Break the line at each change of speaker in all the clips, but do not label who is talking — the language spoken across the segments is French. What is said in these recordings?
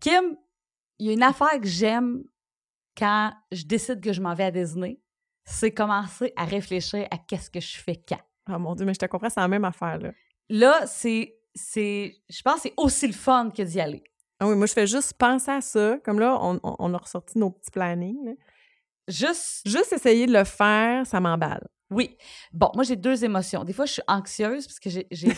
Kim, il y a une affaire que j'aime quand je décide que je m'en vais à Disney, c'est commencer à réfléchir à qu'est-ce que je fais quand.
Ah mon Dieu, mais je te comprends, c'est la même affaire, là.
Là, c'est, c'est, je pense que c'est aussi le fun que d'y aller.
Ah oui, moi, je fais juste penser à ça. Comme là, on, on- on a ressorti nos petits plannings. là.
Juste,
Juste essayer de le faire, ça m'emballe.
oui. Bon, moi, j'ai deux émotions. Des fois, je suis anxieuse parce que j'ai... j'ai-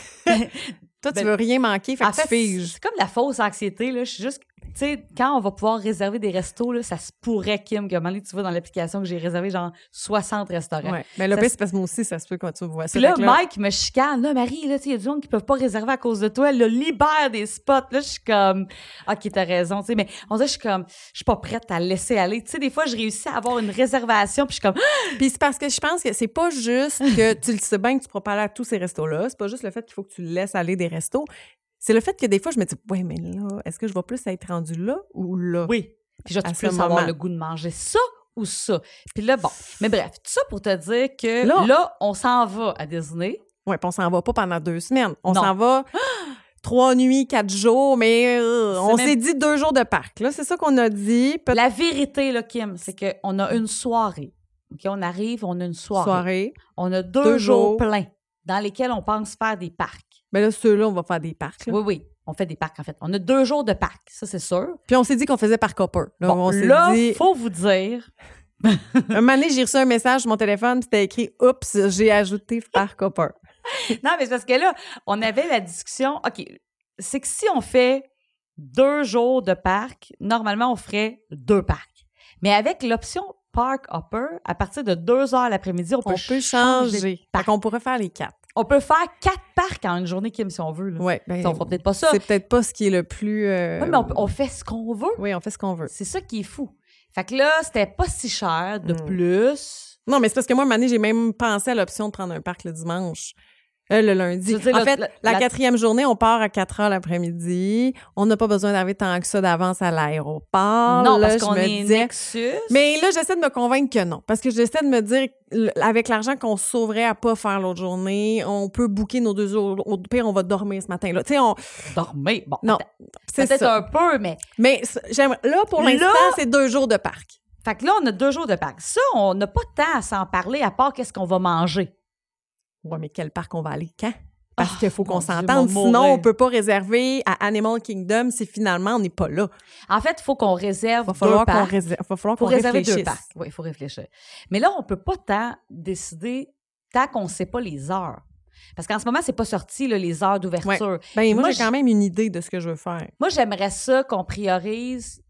Toi, tu
Ben,
veux rien manquer, fait
en
que tu
fait,
figes.
c'est comme la fausse anxiété, là. Je suis juste... Tu sais, quand on va pouvoir réserver des restos, là, ça se pourrait, Kim, que à un moment donné, tu vois dans l'application que j'ai réservé genre 60 restaurants.
Ouais. Mais le
Ça
pire,
se-
c'est parce que moi aussi, ça se peut quand tu vois ça.
Puis là,
Fait que
Mike me chicane. Là, Marie, là, tu sais, il y a du monde qui peuvent pas réserver à cause de toi. Là, libère des spots. Là, je suis comme, OK, t'as raison, tu sais. Mais on dirait, que je suis comme, je suis pas prête à laisser aller. Tu sais, des fois, je réussis à avoir une réservation, puis je suis comme, Ah!
Puis c'est parce que je pense que c'est pas juste que tu le sais bien que tu pourras pas aller à tous ces restos-là. C'est pas juste le fait qu'il faut que tu laisses aller des restos. C'est le fait que des fois, je me dis, ouais, mais là, est-ce que je vais plus être rendu là ou là?
oui. Puis je vais
À
plus
ce
avoir
moment.
le goût de manger ça ou ça. Puis là, bon. Mais bref, tout ça pour te dire que là,
Là-
on s'en va à Disney.
Ouais, puis on s'en va pas pendant deux semaines. On
Non.
s'en va trois nuits, quatre jours, mais euh,
C'est
on
même-
s'est dit deux jours de parc. Là, c'est ça qu'on a dit. Peut-être
La vérité, là, Kim, c'est qu'on a une soirée. OK, on arrive, on a une soirée.
soirée.
On a deux,
Deux
jours
jours.
pleins dans lesquels on pense faire des parcs.
Mais Ben là, ceux-là, on va faire des parcs. là.
Oui, oui. On fait des parcs, en fait. On a deux jours de parcs, ça, c'est sûr.
Puis on s'est dit qu'on faisait par copper. Là,
Bon,
on s'est
là,
dit...
faut vous dire,
Un moment donné, j'ai reçu un message sur mon téléphone, c'était écrit « Oups, j'ai ajouté par copper
Non, mais c'est parce que là, on avait la discussion. OK, c'est que si on fait deux jours de parc, normalement, on ferait deux parcs. Mais avec l'option Park Hopper, à partir de deux heures l'après-midi, on ». peut,
On peut changer.
parc.
Fait qu'on pourrait faire les quatre.
On peut faire quatre parcs en une journée, Kim, si on veut. Là.
Ouais, ben,
Ça, on fera peut-être pas ça.
C'est peut-être pas ce qui est le plus. euh,
Ouais, mais on, peut- on fait ce qu'on veut.
Oui, on fait ce qu'on veut.
C'est ça qui est fou. Fait que là, c'était pas si cher de
Mm.
plus.
Non, mais c'est parce que moi, une année, j'ai même pensé à l'option de prendre un parc le dimanche. euh, le lundi.
Tu veux dire,
en
le-
fait,
le-
la,
la-
quatrième journée, on part à 4 heures l'après-midi. On n'a pas besoin d'arriver tant que ça d'avance à l'aéroport.
non,
Là,
parce
je
qu'on
me
est
disais-
Nexus.
Mais là, j'essaie de me convaincre que non. Parce que j'essaie de me dire, l- avec l'argent qu'on sauverait à pas faire l'autre journée, on peut bouquer nos deux jours. Au pire, on va dormir ce matin-là. Tu sais, on...
Dormir. Bon,
Non,
attends,
c'est
peut-être
ça.
un peu, mais
Mais c- j'aimerais- là, pour
Là-
l'instant, c'est deux jours de parc.
Fait que là, on a deux jours de Pâques. Ça, on n'a pas tant à s'en parler à part qu'est-ce qu'on va manger.
Ouais, mais quel parc on va aller quand? Parce
Ah,
qu'il faut
mon
qu'on
Dieu,
s'entende.
mon
Sinon, on
mourir.
peut pas réserver à Animal Kingdom si finalement on n'est pas là.
En fait, il faut qu'on réserve
Va
deux
falloir qu'on
parcs.
réserve. Va falloir
faut
qu'on
réserver
réfléchisse.
deux parcs. Oui, il faut réfléchir. Mais là, on peut pas tant décider tant qu'on ne sait pas les heures. Parce qu'en ce moment, c'est pas sorti là, les heures d'ouverture.
Ben, moi,
Moi,
j'ai
je-
quand même une idée de ce que je veux faire.
Moi, j'aimerais ça qu'on priorise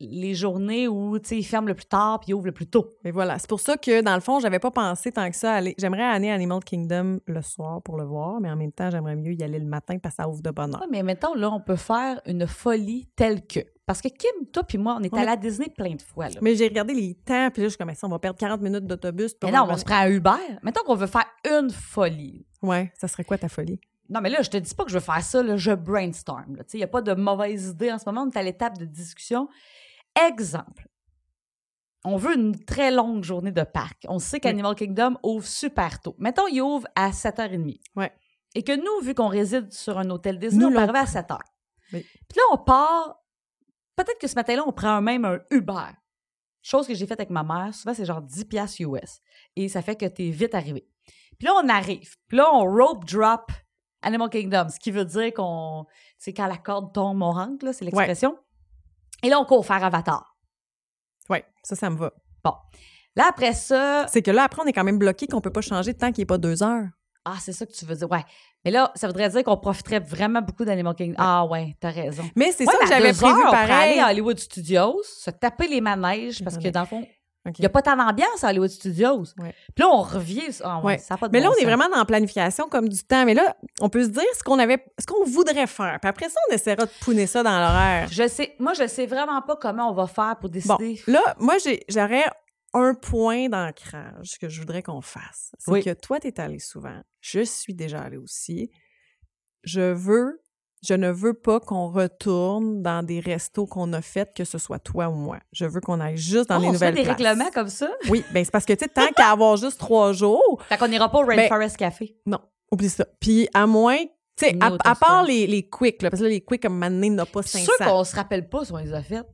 les journées où tu sais, ils ferment le plus tard puis ils ouvrent le plus tôt.
Mais voilà. C'est pour ça que, dans le fond, j'avais pas pensé tant que ça à aller. J'aimerais aller à Animal Kingdom le soir pour le voir, mais en même temps, j'aimerais mieux y aller le matin parce que ça ouvre de bonne heure.
Ouais, mais mettons, là, on peut faire une folie telle que. Parce que Kim, toi puis moi, on est
On
allés à Disney plein de fois. Là.
Mais j'ai regardé les temps, puis là, je suis comme ça, on va perdre 40 minutes d'autobus. pour
Mais non, on
revenir.
se prend un Uber. Mettons qu'on veut faire une folie.
Ouais, ça serait quoi ta folie?
Non, mais là, je te dis pas que je veux faire ça, là, je brainstorm. là. Tu sais, Il n'y a pas de mauvaise idée en ce moment, on est à l'étape de discussion. Exemple, on veut une très longue journée de parc. On sait qu'Animal Kingdom ouvre super tôt. Mettons, il ouvre à 7h30.
Ouais.
Et que nous, vu qu'on réside sur un hôtel Disney,
Nous,
on peut
l'on-
arriver à 7h.
Oui.
Puis là, on part. Peut-être que ce matin-là, on prend même un Uber. Chose que j'ai faite avec ma mère, souvent c'est genre 10$ piastres US. Et ça fait que tu es vite arrivé. Puis là, on arrive. Puis là, on rope drop Animal Kingdom, ce qui veut dire qu'on. C'est quand la corde tombe, on rentre, là, c'est l'expression. Et là, on court faire Avatar.
Ouais, ça, ça me va.
Là, après ça.
C'est que là, après, on est quand même bloqué qu'on peut pas changer tant qu'il n'est pas deux heures.
Ah, c'est ça que tu veux dire. Ouais. Mais là, ça voudrait dire qu'on profiterait vraiment beaucoup d'Animal Kingdom. Ah, ouais, t'as raison.
Mais c'est
Ouais,
ça
mais
que
à
j'avais
deux
prévu
heures, on pourrait aller
pareil.
à Hollywood Studios, se taper les manèges, parce que
Attendez.
dans le fond,
Ok.
il n'y a pas tant d'ambiance à Hollywood Studios.
Ouais.
Puis là, on revient. sur- Ah, ouais,
Ouais.
ça a pas de
Mais là,
bon
on est
sens.
vraiment dans la planification comme du temps. Mais là, on peut se dire ce qu'on avait, ce qu'on voudrait faire. Puis après ça, on essaiera de pouner ça dans l'horaire.
Je sais, moi, je sais vraiment pas comment on va faire pour
Bon,
décider.
là, moi, j'ai- j'aurais un point d'ancrage que je voudrais qu'on fasse. C'est
Oui.
que toi, t'es allé souvent. Je suis déjà allée aussi. Je veux, je ne veux pas qu'on retourne dans des restos qu'on a faits, que ce soit toi ou moi. Je veux qu'on aille juste dans
Oh,
les
on se fait
nouvelles
des
places.
règlements comme ça.
Oui, ben c'est parce que, tu sais, tant qu'à avoir juste trois jours,
Fait qu'on n'ira pas au
Ben-
Rainforest Café.
Oublie ça. Puis à moins, tu sais, à,
No
à
toaster.
part les, les quicks, là, parce que là, les quicks, comme maintenant, n'a pas
C'est
500.
sûr qu'on se rappelle pas si on les a faites.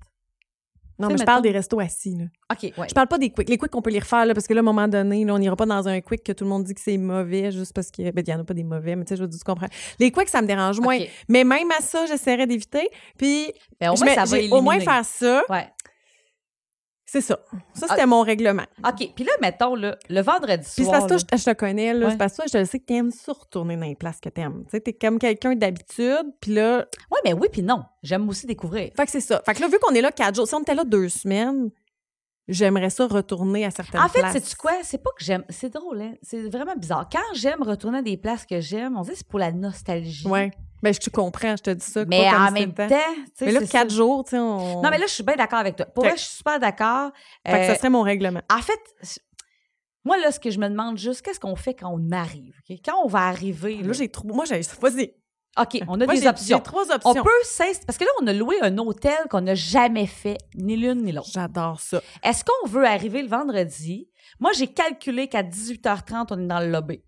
Non,
Tu
mais
sais,
je parle
mettons-
des restos assis, là.
OK, ouais.
Je parle pas des quicks. Les quicks, on peut les refaire, là, parce que là, à un moment donné, là, on n'ira pas dans un quick que tout le monde dit que c'est mauvais, juste parce que. Ben, il y en a pas des mauvais, mais tu sais, je veux dire, tu comprends. Les quicks, ça me dérange moins.
OK.
Mais même à ça, j'essaierais d'éviter. Puis,
Mais au
je
moins,
mets-
ça va
j'ai-
éliminer.
au moins faire ça,
Ouais.
c'est ça. Ça,
Ah.
c'était mon règlement.
OK, puis là, mettons, là, le vendredi
Puis c'est
soir...
parce que toi,
là,
je, je te connais, là.
Ouais.
C'est parce que toi, je le sais que t'aimes ça retourner dans les places que t'aimes. Tu sais, t'es comme quelqu'un d'habitude, puis là...
Ouais, mais oui, puis non. J'aime aussi découvrir.
Fait que c'est ça. Fait que là, vu qu'on est là quatre jours, si on était là deux semaines, j'aimerais ça retourner à certaines
En fait,
places.
c'est-tu quoi? C'est pas que j'aime. C'est drôle, hein? C'est vraiment bizarre. Quand j'aime retourner à des places que j'aime, on dit que c'est pour la nostalgie.
Ouais. Ben, je te comprends, je te dis ça.
Mais
pas comme
en
si
même
c'était
temps,
le
tu sais,
Mais là,
c'est
quatre
ça.
jours, tu sais, on...
Non, mais là, je suis bien d'accord avec toi. Pour
Fait
vrai, je suis super d'accord.
Fait que
Euh,
ça serait mon règlement.
En fait, c- moi, là, ce que je me demande juste, qu'est-ce qu'on fait quand on arrive? ok? Quand on va arriver.
Là, j'ai trop... Moi, j'ai... Vas-y.
là- OK, on a
Moi,
des
j'ai-
options.
J'ai trois
On
options.
peut s'inst- Parce que là, on a loué un hôtel qu'on n'a jamais fait, ni l'une ni l'autre.
J'adore ça.
Est-ce qu'on veut arriver le vendredi? Moi, j'ai calculé qu'à 18h30, on est dans le lobby.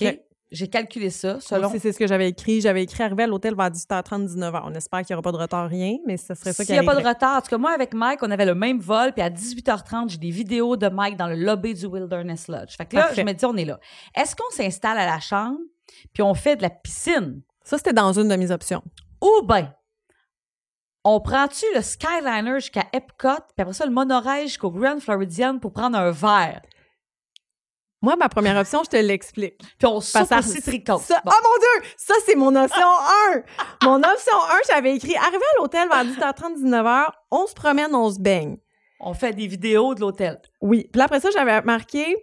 OK?
Ok.
J'ai calculé ça
Moi
selon.
aussi, C'est ce que j'avais écrit. J'avais écrit arriver à l'hôtel vers 18h30, 19h. On espère qu'il n'y aura pas de retard, rien, mais ce serait ça qui
S'il n'y a pas de
arriverait.
retard, en tout cas, moi, avec Mike, on avait le même vol, puis à 18h30, j'ai des vidéos de Mike dans le lobby du Wilderness Lodge. Fait que là,
Parfait.
je me dis, on est là. Est-ce qu'on s'installe à la chambre, puis on fait de la piscine?
Ça, c'était dans une de mes options.
Ou bien, on prend-tu le Skyliner jusqu'à Epcot, puis après ça, le monorail jusqu'au Grand Floridian pour prendre un verre?
Moi, ma première option, je te l'explique.
Puis on
Parce
soupe
que
au
ça-
citricot.
ça-
Bon.
Oh mon Dieu! Ça, c'est mon option 1! Mon option 1, j'avais écrit arriver à l'hôtel vers 18h30, 19h, on se promène, on se baigne.
On fait des vidéos de l'hôtel.
Oui. Puis là, après ça, j'avais marqué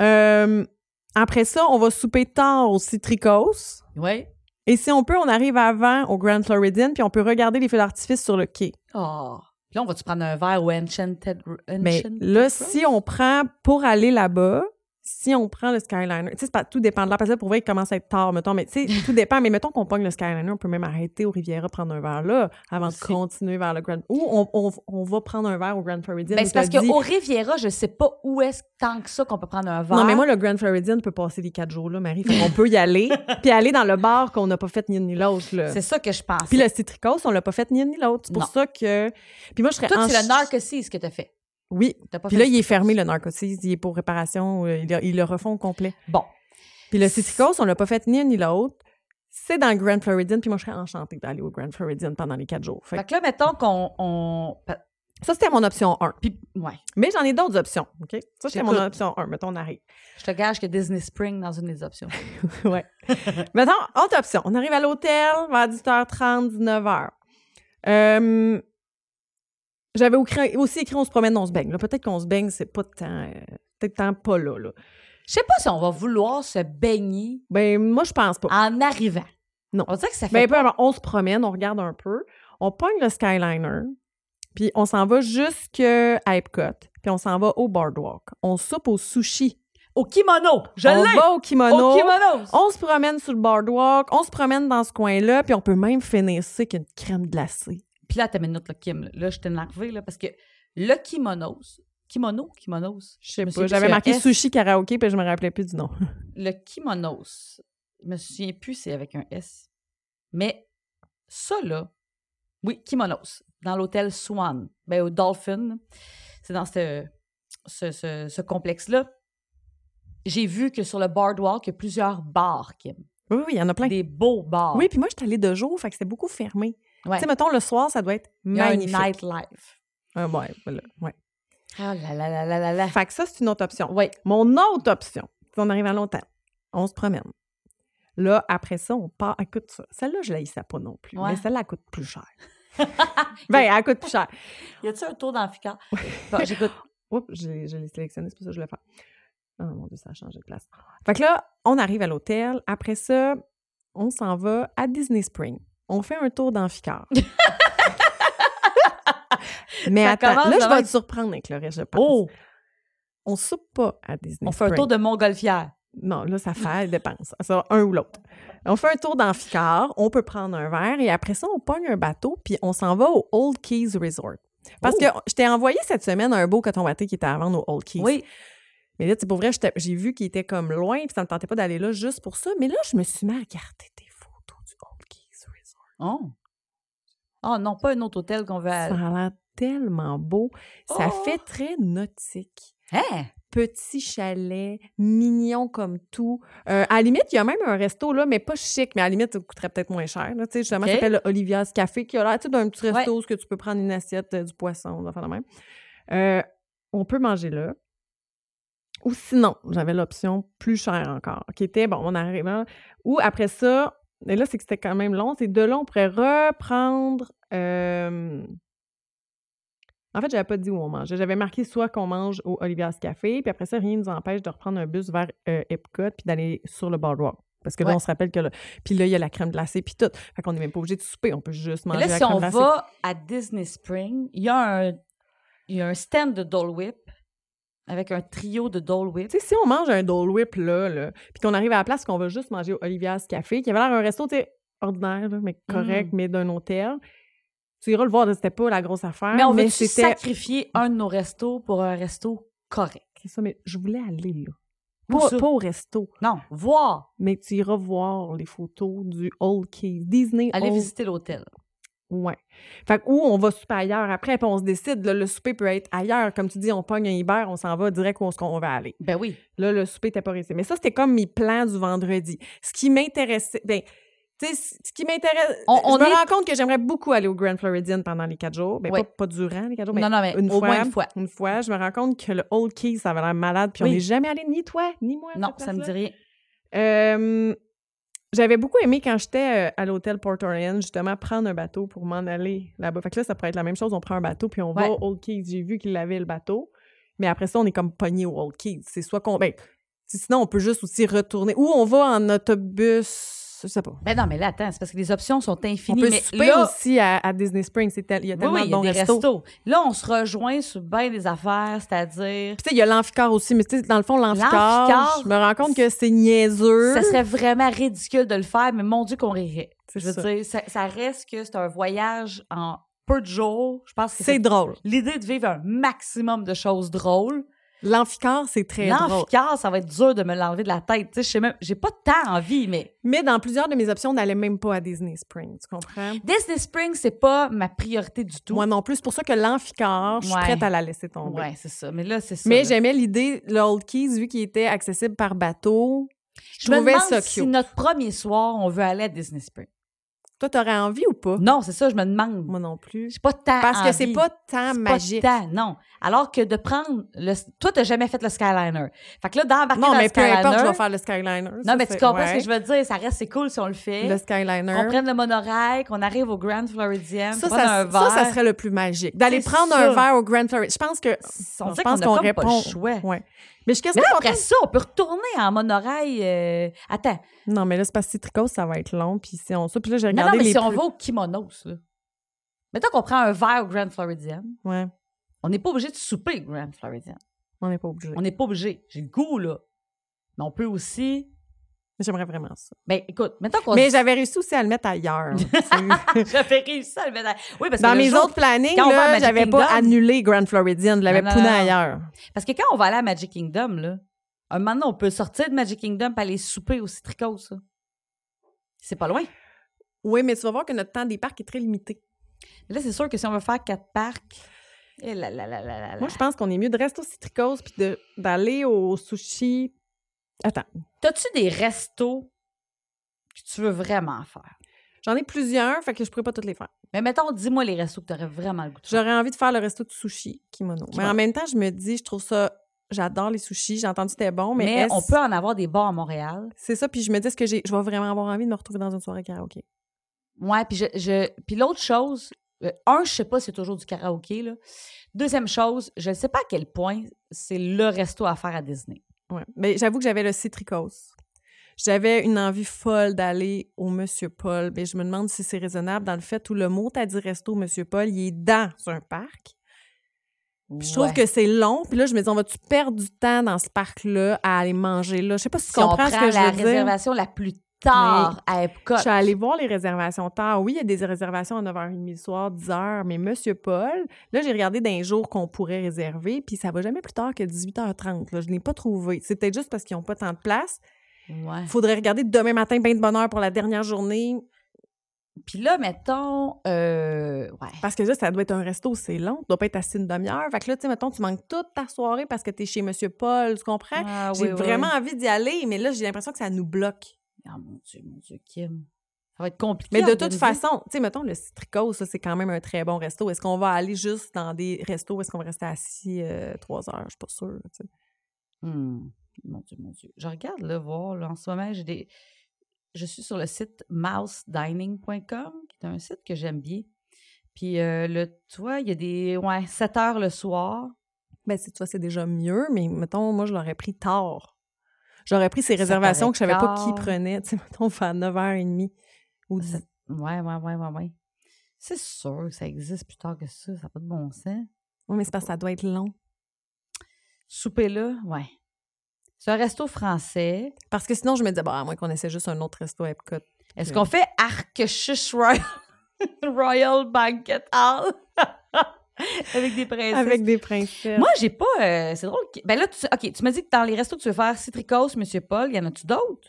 euh, après ça, on va souper tard au Citricos.
Oui.
Et si on peut, on arrive avant au Grand Floridian, puis on peut regarder les feux d'artifice sur le quai.
Oh. Puis là, on va-tu prendre un verre au Enchanted... Gro-
Mais
Enchanted
là,
Grove?
si on prend pour aller là-bas, si on prend le Skyliner, tu sais, c'est pas- tout dépend de là, parce que là, pour vrai, il commence à être tard, mettons, mais tu sais, tout dépend. Mais mettons qu'on pogne le Skyliner, on peut même arrêter au Riviera, prendre un verre là, avant
Aussi.
de continuer vers le Grand. Ou on, on- on va prendre un verre au Grand Floridian.
Ben,
où
c'est parce
t'as dit-
qu'au Riviera, je sais pas où est-ce tant que ça qu'on peut prendre un verre.
Non, mais moi, le Grand Floridian peut passer les quatre jours là, Marie. on peut y aller, puis aller dans le bar qu'on n'a pas fait ni une ni l'autre, là.
c'est ça que je pense.
Puis le Citricos, on l'a pas fait ni une ni l'autre. C'est pour
Non.
ça que. Puis moi, je serais.
Toi,
en-
c'est le Narcissus que t'as fait.
Oui.
T'as pas
Puis
fait
là,
le
il est
Citricos.
fermé, le narcosis. Il est pour réparation. euh, Ils le- ils le refont au complet.
Bon.
Puis le Citricos, on l'a pas fait ni un ni l'autre. C'est dans le Grand Floridian, puis moi, je serais enchantée d'aller au Grand Floridian pendant les quatre jours. Fait que
Fait que là, mettons qu'on. on- pa-
ça, c'était mon option 1.
Puis, ouais.
Mais j'en ai d'autres options, OK? Ça, c'était mon
J'écoute.
option 1. Mettons, on arrive.
Je te gage que Disney Spring dans une des options.
ouais. Mettons, autre option. On arrive à l'hôtel vers 18h30, 19h. Euh, J'avais au- aussi écrit « On se promène, on se baigne ». Là, Peut-être qu'on se baigne, c'est pas tant... euh, Peut-être tant pas là, là.
Je sais pas si on va vouloir se baigner
Ben, moi, je pense pas.
en arrivant.
Non.
On dirait que ça fait.
Ben, peu importe, on se promène, on regarde un peu, on pogne le Skyliner, puis on s'en va jusqu'à Epcot, puis on s'en va au Boardwalk. On soupe au sushi.
au kimono. Je
on
l'ai.
va au kimono.
Au kimono.
On se promène sur le Boardwalk, on se promène dans ce coin-là, puis on peut même finir ça avec une crème glacée.
Puis là, t'as une autre, là, Kim. là. Là, je t'ai énervée, là, parce que le kimonos. Kimono? Kimonos.
Je sais
me
pas,
souviens plus,
j'avais
c'est
marqué
S.
sushi karaoké, puis je me rappelais plus du nom.
le kimonos, je me souviens plus, c'est avec un S. Mais ça, là, oui, kimonos, dans l'hôtel Swan, ben, au Dolphin, c'est dans ce, ce, ce- ce complexe-là. J'ai vu que sur le boardwalk, il y a plusieurs bars, Kim.
Oui, oui, il y en a plein.
Des beaux bars.
Oui, puis moi, j'étais allée de jour, fait que c'était beaucoup fermé.
Ouais.
Tu sais, mettons, le soir, ça doit être
il y a un
magnifique.
nightlife.
Ah, ouais, voilà, ouais.
Oh là là là là là là.
Fait que ça, c'est une autre option.
Oui,
Mon autre option, si on arrive à longtemps, on se promène. Là, après ça, on part. Écoute ça. Celle-là, je la hissais pas non plus.
Ouais.
Mais celle-là, elle coûte plus cher. ben, elle coûte plus cher.
y a-tu un tour d'amphicard? Bon, j'écoute.
Oups, je, je l'ai sélectionné, c'est pour ça que je le fais. Oh mon Dieu, ça a changé de place. Fait que là, on arrive à l'hôtel. Après ça, on s'en va à Disney Spring. On fait un tour d'amphicard. Mais
Ça
attends,
commence
là, je
vraiment-
vais te surprendre avec le reste, je pense.
Oh,
On soupe pas à Disney
on fait un
Spring.
tour de montgolfière.
Non, là, ça fait elle dépense. Ça, un ou l'autre. On fait un tour d'amphicard, on peut prendre un verre et après ça, on pogne un bateau puis on s'en va au Old Keys Resort. Parce
Oh.
que je t'ai envoyé cette semaine un beau coton batté qui était à vendre au Old Keys.
Oui.
Mais là, tu sais, pour vrai, j'étais- j'ai vu qu'il était comme loin, puis ça me tentait pas d'aller là juste pour ça. Mais là, je me suis mis à regarder tes photos du Old Keys Resort.
Oh. Oh non, pas un autre hôtel qu'on veut
Ça
aller.
a l'air tellement beau. Ça
Ben Oh!
fait très nautique.
Hein?
Petit chalet, mignon comme tout. Euh, à la limite, il y a même un resto là, mais pas chic, mais à la limite, ça coûterait peut-être moins cher. Là, Tu sais, justement,
OK.
ça s'appelle Olivia's Café, qui a l'air tu sais, d'un petit resto où ce que tu peux prendre une assiette, euh, du poisson, des affaires de même. Euh, on peut manger là. Ou sinon, j'avais l'option plus chère encore, qui était, bon, on arrivant. Ou après ça, et là, c'est que c'était quand même long, c'est de là, on pourrait reprendre. euh, En fait, j'avais pas dit où on mangeait. J'avais marqué soit qu'on mange au Olivia's Café, puis après ça, rien ne nous empêche de reprendre un bus vers euh, Epcot, puis d'aller sur le boardwalk. Parce que là,
Ouais.
on se rappelle que là, puis là, il y a la crème glacée, puis tout. Fait qu'on n'est même pas obligé de souper, on peut juste
Mais là,
manger la
si
crème
on
glacée.
va à Disney Spring, il y, a un- il y a un stand de Dole Whip avec un trio de Dole Whip.
Tu sais, si on mange un Dole Whip là, là puis qu'on arrive à la place qu'on va juste manger au Olivia's Café, qui avait l'air un resto, tu sais, ordinaire, là, mais
Mmh.
correct, mais d'un hôtel, tu iras le voir, là, c'était pas la grosse affaire.
Mais on veut
c'était.
sacrifier un de nos restos pour un resto correct.
C'est ça, mais je voulais aller là.
Pour
Pas,
ça.
pas au resto,
Non, voir,
mais tu iras voir les photos du Old Keys, Disney
aller
Old
visiter l'hôtel.
Ouais. Fait que, ou on va souper ailleurs après, puis on se décide, là, le souper peut être ailleurs. Comme tu dis, on pogne un hiver, on s'en va direct où on, on va aller.
Ben oui.
Là, le souper n'était pas réussi. Mais ça, c'était comme mes plans du vendredi. Ce qui m'intéressait. Ben, tu sais, ce- ce qui m'intéresse.
On- on
je me
est-
rends compte que j'aimerais beaucoup aller au Grand Floridian pendant les quatre jours. Ben,
Oui.
pas, pas durant les quatre jours, mais
non, non, mais
une
au
fois,
moins une fois.
une fois. Je me rends compte que le Old Key, ça avait l'air malade. Puis
Oui.
on n'est jamais allé, ni toi, ni moi. à
Non,
cette
ça me
place-là.
dit rien.
Euh, j'avais beaucoup aimé quand j'étais euh, à l'hôtel Port Orleans, justement, prendre un bateau pour m'en aller là-bas. Fait que là, ça pourrait être la même chose. On prend un bateau puis on va
Ouais.
au Old Keys. J'ai vu qu'il avait le bateau. Mais après ça, on est comme pogné au Old Keys. C'est soit qu'on. Ben, si- sinon, on peut juste aussi retourner. Ou on va en autobus. Je sais pas.
Ben non, mais là, attends, c'est parce que les options sont
On
infinies.
peut
mais
souper
là,
aussi à, à Disney Springs. C'est tel- Il y a
oui,
tellement
oui,
de
il y a
bons
des
restos.
restos. Là, on se rejoint sur bien des affaires, c'est-à-dire.
Puis tu sais, il y a l'amphicard aussi. Mais tu sais, dans le fond, l'amphicard,
L'amphicare,
je me rends compte que c'est niaiseux.
Ça serait vraiment ridicule de le faire, mais mon Dieu qu'on rirait.
C'est
Je veux
ça.
dire, ça, ça reste que c'est un voyage en peu de jours. Je pense que
C'est
c'est
drôle.
l'idée de vivre un maximum de choses drôles.
L'amphicard, c'est très drôle.
L'amphicard, ça va être dur de me l'enlever de la tête. Tu sais, je sais même, j'ai pas tant envie, mais
Mais dans plusieurs de mes options, on n'allait même pas à Disney Springs, tu comprends?
Disney Spring, c'est pas ma priorité du tout.
Moi non plus. C'est pour ça que l'amphicard, je suis
Ouais.
prête à la laisser tomber.
ouais, c'est ça. Mais là, c'est ça.
Mais
là.
j'aimais l'idée, le Old Keys, vu qu'il était accessible par bateau.
je me
trouvais
demande
ça
si
cute.
notre premier soir, on veut aller à Disney Spring.
Toi, t'aurais envie ou pas?
Non, c'est ça, je me demande.
Moi non plus.
J'ai pas tant
Parce que
envie.
c'est pas tant
C'est pas
magique.
tant, non. Alors que de prendre le. Toi, t'as jamais fait le Skyliner. Fait que là, d'embarquer
Non,
dans le
mais peu
Skyliner.
importe, je vais faire le Skyliner.
Non, mais tu comprends ce que je veux dire. Ça reste, c'est cool si on le fait.
Le Skyliner.
Qu'on prenne le monorail, qu'on arrive au Grand Floridian,
Ça ça,
prendre un
ça,
verre.
ça serait le plus magique. D'aller
C'est
prendre
ça.
un verre au Grand Floridian. Je pense que.
On
je
dirait
pense
qu'on a
qu'on
comme pas
répond.
le choix.
Ouais. Mais je suis
Mais
quasiment
là,
contente.
après ça, on peut retourner en monorail. euh, Attends.
Non, mais là, c'est parce que Citricose, ça va être long. Puis si on ça, puis là, j'ai
Non,
regardé
non, mais
les
si on
plus-
va au kimonos, là. Mettons qu'on prend un verre au Grand Floridian.
Ouais,
On n'est pas obligé de souper au Grand Floridian.
on n'est pas obligé.
On n'est pas obligé. J'ai le goût, là. Mais on peut aussi.
J'aimerais vraiment ça.
Ben, écoute, mettons qu'on.
Mais j'avais réussi aussi à le mettre ailleurs. C'est-
J'avais réussi à le mettre à- Oui, parce que
Dans
le
mes
jour-
autres plannings,
quand on va à
là,
Magic
j'avais pas
Kingdom-
annulé Grand Floridian. Je l'avais
Non, non,
pouné
non.
ailleurs.
Parce que quand on va aller à Magic Kingdom, là, un moment donné, on peut sortir de Magic Kingdom et aller souper au Citricos, ça. C'est pas loin.
Oui, mais tu vas voir que notre temps des parcs est très limité.
Mais là, c'est sûr que si on veut faire quatre parcs. Eh là là là là là là.
Moi, je pense qu'on est mieux de rester au Citricose puis de- d'aller au sushi. Attends,
T'as-tu des restos que tu veux vraiment faire?
j'en ai plusieurs, fait que je pourrais pas toutes les faire.
Mais mettons, dis-moi les restos que t'aurais vraiment le goût de faire.
J'aurais envie de faire le resto de sushi kimono. Mais
Kimono.
en même temps, je me dis, je trouve ça. J'adore les sushis. J'ai entendu que c'était bon, mais,
Mais,
est-ce-
on peut en avoir des bars à Montréal.
C'est ça, puis je me dis, est-ce que j'ai, je vais vraiment avoir envie de me retrouver dans une soirée karaoké?
Ouais, puis je, je- puis l'autre chose, euh, un, je sais pas si c'est toujours du karaoké, là. Deuxième chose, je ne sais pas à quel point c'est le resto à faire à Disney.
Ouais. Mais j'avoue que j'avais le citricose. J'avais une envie folle d'aller au Monsieur Paul, mais je me demande si c'est raisonnable dans le fait où le mot t'as dit resto Monsieur Paul, il est dans un parc. Puis je trouve
Ouais.
que c'est long, puis là je me dis on va-tu perdre du temps dans ce parc là à aller manger là, je sais pas si tu
si on
comprends
prend
ce que je
la
veux dire.
réservation la plus tard à Epcot.
Je suis allée voir les réservations tard. Oui, il y a des réservations à 9h30 le soir, 10h, mais Monsieur Paul, là, j'ai regardé d'un jour qu'on pourrait réserver, puis ça va jamais plus tard que 18h30. là. Je ne l'ai pas trouvé. C'est peut-être juste parce qu'ils n'ont pas tant de place.
Ouais.
Il faudrait regarder demain matin, bien de bonne heure pour la dernière journée.
Puis là, mettons, euh, ouais.
Parce que là, ça doit être un resto, c'est long. Tu dois pas être assis une demi-heure. Fait que là, tu sais, mettons, tu manques toute ta soirée parce que tu es chez Monsieur Paul, tu comprends?
Ah,
j'ai
oui, oui,
vraiment envie d'y aller, mais là, j'ai l'impression que ça nous bloque.
oui. Ah, mon Dieu, mon Dieu, Kim. Ça va être compliqué.
Mais
à
de toute
organiser.
façon, tu sais, mettons, le Citrico, ça, c'est quand même un très bon resto. Est-ce qu'on va aller juste dans des restos ou est-ce qu'on va rester assis euh, trois heures? Je suis pas sûre. tu sais.
Hmm. Mon Dieu, mon Dieu. Je regarde le voir. là. En ce moment, j'ai des... je suis sur le site mousedining.com, qui est un site que j'aime bien. Puis euh, le toit, il y a des ouais, 7 heures le soir.
Ben, c'est- tu vois, c'est déjà mieux, mais mettons, moi, je l'aurais pris tard. J'aurais pris ces
Ça paraît
réservations que je savais pas qui
tard.
prenait. Tu sais, mettons, on fait à 9h30 ou 10
Ouais, ouais, ouais, ouais, ouais. C'est sûr que ça existe plus tard que ça. Ça n'a pas de bon sens.
Oui, Oh, mais c'est parce que ça doit être long.
Souper là, ouais. C'est un resto français.
Parce que sinon, je me disais, bah, à moins qu'on essaie juste un autre resto à Epcot.
Est-ce
Ok.
qu'on fait Arkechish Royal, Royal Banquet Hall avec des princesses?
Avec des princesses.
Moi, j'ai pas. euh, c'est drôle. que- Ben là, tu, OK, tu m'as dit que dans les restos que tu veux faire, Citricos, Monsieur Paul, y en a-tu d'autres?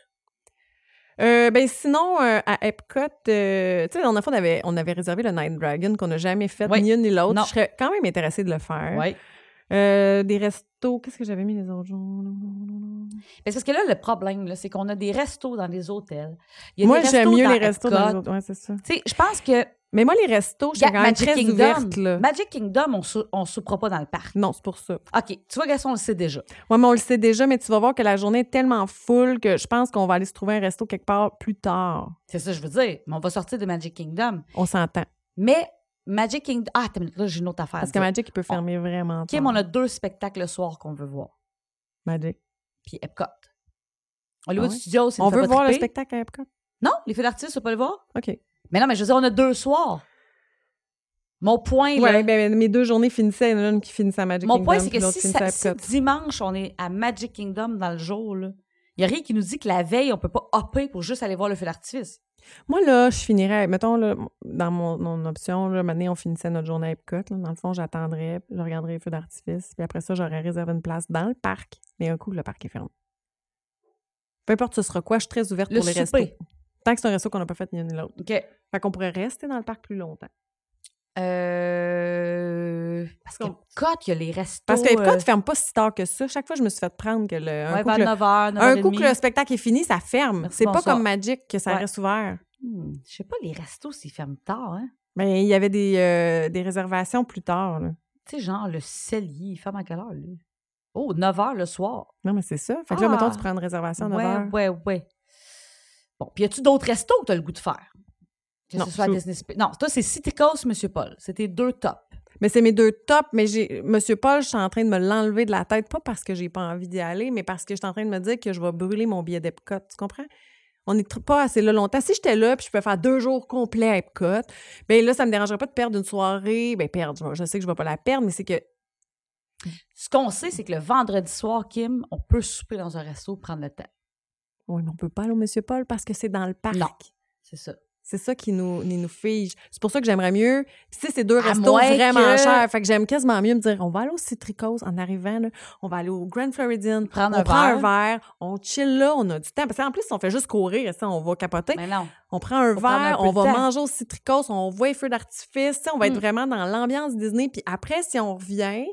Euh, ben sinon, euh, à Epcot, euh, tu sais, la dernière fois, on avait, on avait réservé le Night Dragon qu'on n'a jamais fait,
Oui.
ni une ni l'autre.
Non.
Je serais quand même intéressée de le faire.
Oui.
Euh, des restos, qu'est-ce que j'avais mis les autres jours?
parce que là, le problème, là, c'est qu'on a des restos dans les hôtels. Y a
Moi,
des
j'aime
restos
mieux
dans
les restos dans les
Epcot.
autres. Ouais, c'est ça.
Tu sais, je pense que
Mais moi, les restos, je suis
Ga-
quand même
Magic
très
Kingdom,
ouverte, là.
Magic Kingdom, on, sou- on soupera pas dans le parc.
Non, c'est pour ça.
OK, tu vois, Gaston, on le sait déjà.
Ouais, mais on le sait déjà, mais tu vas voir que la journée est tellement full que je pense qu'on va aller se trouver un resto quelque part plus tard.
C'est ça, que je veux dire. Mais on va sortir de Magic Kingdom.
On s'entend.
Mais Magic Kingdom. Ah, attends, une minute, là, j'ai une autre affaire. à
Parce que
dire.
Magic, il peut fermer vraiment
Kim,
tard.
on a deux spectacles le soir qu'on veut voir.
Magic.
Puis Epcot. Hollywood
Ah ouais?
Studios, c'est
On veut voir le spectacle à Epcot?
Non, les feux d'artifice, on peut le voir.
OK.
Mais non, mais je veux dire, on a deux soirs. Mon point, là,
Ouais, ben, ben, mes deux journées finissaient, il y en a une qui finissait à Magic
mon
Kingdom.
point, c'est
puis
que
l'autre
si,
finissait
ça-
à
si
Epcot.
dimanche, on est à Magic Kingdom dans le jour, il n'y a rien qui nous dit que la veille, on peut pas hopper pour juste aller voir le feu d'artifice.
Moi, là, je finirais, mettons, là, dans mon, mon option, là, maintenant, on finissait notre journée à Epcot. là. Dans le fond, j'attendrais, puis je regarderais les feux d'artifice, puis après ça, j'aurais réservé une place dans le parc. Mais un coup, le parc est fermé. Peu importe ce sera quoi, je suis très ouverte
Le
pour les
souper.
restos. Tant que c'est un resto qu'on n'a pas fait ni l'un ni l'autre.
OK.
Fait qu'on pourrait rester dans le parc plus longtemps.
Euh, Parce que
Comme-
Epcot, il y a les restos.
Parce que Epcot
euh,
ne ferme pas si tard que ça. Chaque fois, je me suis fait prendre que le. Un
ouais,
coup que le-
9h, 9h30.
un coup que le spectacle est fini, ça ferme.
Merci,
C'est pas
bonsoir.
comme Magic que ça
Ouais.
reste ouvert.
Hmm, je sais pas, les restos, s'ils ferment tard. Hein?
Mais il y avait des, euh, des réservations plus tard. là.
Tu sais, genre, le cellier, il ferme à quelle heure, lui? Oh, 9h le soir.
Non, mais c'est ça. Fait que là,
Ah.
mettons, tu prends une réservation à 9
ouais,
heures.
ouais, ouais. Bon, puis y a-tu d'autres restos que t'as le goût de faire? Que
Non,
ce soit à
je-
Disney Sp- Non, toi, c'est Citicos, Monsieur Paul. C'était deux tops.
Mais c'est mes deux tops. Mais j'ai Monsieur Paul, je suis en train de me l'enlever de la tête, pas parce que j'ai pas envie d'y aller, mais parce que je suis en train de me dire que je vais brûler mon billet d'Epcot. Tu comprends? On n'est tr- pas assez là longtemps. Si j'étais là, puis je peux faire deux jours complets à Epcot, bien là, ça me dérangerait pas de perdre une soirée. Bien, perdre, je sais que je vais pas la perdre, mais c'est que
Ce qu'on sait, c'est que le vendredi soir, Kim, on peut souper dans un resto, prendre le temps.
Oui, mais on peut pas aller au Monsieur Paul parce que c'est dans le parc.
Non. C'est ça.
C'est ça qui nous, qui nous fige. C'est pour ça que j'aimerais mieux. Puis, tu sais, c'est deux
À
restos
moins
vraiment
que-
chers. Fait que j'aime quasiment mieux me dire on va aller au Citricos en arrivant, là. on va aller au Grand Floridian,
Prendre
on
un
prend
verre.
un verre, on chill là, on a du temps. Parce qu'en plus, si on fait juste courir, ça, on va capoter.
Mais non.
on prend un
faut prendre un
verre,
peu
on
de
va
temps.
manger au Citricos, on voit les feux d'artifice, tu sais, on va
Mm.
être vraiment dans l'ambiance Disney. Puis après, si on revient,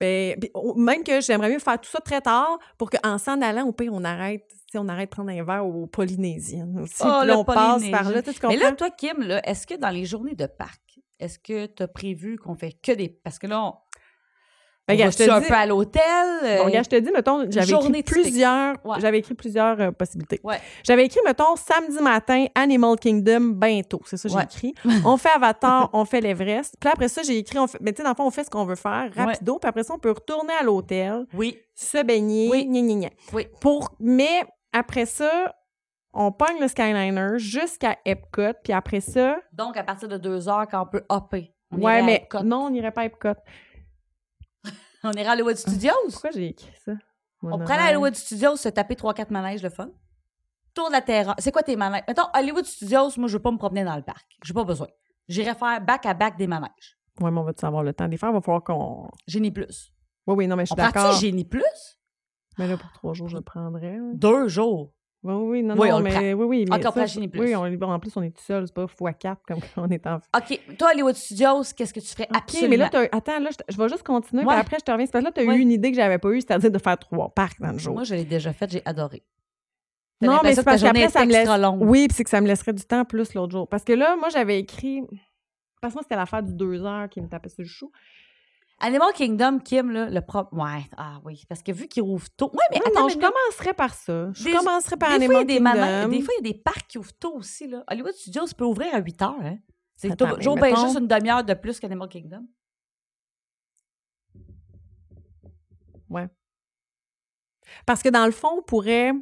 ben, puis on- même que j'aimerais mieux faire tout ça très tard pour qu'en s'en allant, au pire, on arrête, tu sais, on arrête de prendre un verre au Polynésien aussi.
Oh,
Puis là,
le
on passe par
Polynésien.
là, tu sais, tu
Mais
comprends?
là, toi, Kim, là, est-ce que dans les journées de parc, est-ce que t'as prévu qu'on fait que des. Parce que là, on.
Ben,
on
gars, je
va-tu
te
un
dis-
peu à l'hôtel. euh,
Bon, regarde, je te dis, mettons, j'avais
journée
écrit
typique.
plusieurs,
Ouais.
j'avais écrit plusieurs euh, possibilités.
Ouais.
J'avais écrit, mettons, samedi matin, Animal Kingdom, bientôt. C'est ça que j'ai
Ouais.
écrit. On fait Avatar, on fait l'Everest. Puis là, après ça, j'ai écrit, on fait, mais tu sais, dans le fond, on fait ce qu'on veut faire, rapido. Puis après ça, on peut retourner à l'hôtel,
euh, Oui.
se baigner,
Oui.
gna, gna, gna.
Oui.
Pour, mais après ça, on pogne le Skyliner jusqu'à Epcot. Puis après ça,
Donc, à partir de deux heures, quand on peut hopper. On irait
ouais,
à
mais
Epcot.
non, on n'irait pas à Epcot.
On ira à Hollywood
Ah.
Studios.
Pourquoi j'ai écrit ça? Mon
On pourrait aller à
horaire.
Hollywood Studios se taper 3-4 manèges le fun. tour de la terrasse. C'est quoi tes manèges? Mettons, Hollywood Studios, moi, je veux pas me promener dans le parc. J'ai pas besoin. J'irai faire back-à-back des manèges.
Ouais, mais on va savoir le temps des faire. Il va falloir qu'on.
Génie plus.
Oui, oui, non, mais je suis
On prend-tu
d'accord.
Génie plus?
Mais là, pour trois jours, je le prendrais. là.
Deux jours.
Oui, oui, non,
Oui,
non,
on le Ah,
mais oui, oui. Mais
Encore
ça,
pas Genie Plus.
Oui, on, bon, en plus, on est tout seul, c'est pas x4 comme quand on est en
OK. Toi, Hollywood Studios, qu'est-ce que tu ferais?
OK,
Absolument.
mais là, t'as- attends, là, je, t- je vais juste continuer,
Ouais.
puis après, je te reviens. C'est parce que là, tu as
Ouais.
eu une idée que j'avais pas eue, c'est-à-dire de faire trois parcs dans le jour.
Moi, je l'ai déjà faite, j'ai adoré. T'as
non, mais
l'impression
c'est
que ta
parce
journée
qu'après, ça me
est extra
laisse.
longue.
Oui, puis c'est que ça me laisserait du temps plus l'autre jour. Parce que là, moi, j'avais écrit. Parce que moi, c'était l'affaire du deux heures qui me tapait sur le chou.
Animal Kingdom, Kim, là, le propre. Ouais, ah oui. Parce que vu qu'ils rouvrent tôt. Ouais, mais
Non,
attends,
Ah non,
mais
je commencerais par ça. Je
Des-
commencerais par
des, fois, il
Animal
y a des,
Kingdom.
manèges- des fois, il y a des parcs qui ouvrent tôt aussi. Là. Hollywood Studios peut ouvrir à 8 heures. Hein. C'est
Attends, mais
toujours bien
mettons-
juste une demi-heure de plus qu'Animal Kingdom.
Parce que dans le fond, on pourrait.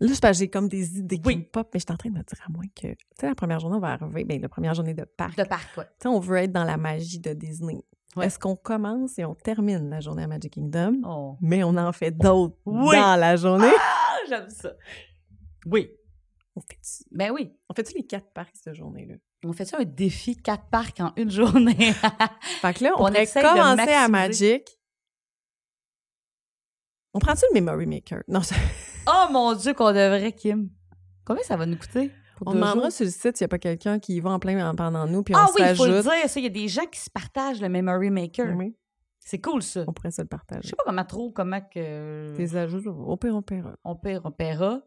Là, c'est parce que j'ai comme des idées qui
Oui.
me pop, mais je suis en train de me dire à moi que, tu sais, la première journée, on va arriver, bien, la première journée de parc.
De parc, ouais.
Tu sais, on veut être dans la magie de Disney.
Ouais.
Est-ce qu'on commence et on termine la journée à Magic Kingdom,
Oh.
mais on en fait d'autres
Oui.
dans la journée?
Ah, j'aime ça. Oui.
On fait-tu
Ben oui.
on fait-tu les quatre parcs cette journée-là?
On fait ça un défi quatre parcs en une journée.
Fait que là, on,
On
pourrait
essaye de
commencer à
maximiser.
Magic. On prend-tu le Memory Maker? Non, ça-
oh mon Dieu, qu'on devrait, Kim. Combien ça va nous coûter? pour
on
deux
demandera
jours?
sur le site s'il n'y a pas quelqu'un qui y va en plein en- pendant nous, puis on
Ah oui, il faut le dire,
s'ajoute.
ça. Il y a des gens qui se partagent le Memory Maker.
Oui,
C'est cool, ça.
on pourrait se le
Je
partager.
sais pas comment trop, comment que.
Tes ajouts, au pire, on paiera.
On paiera, on paiera.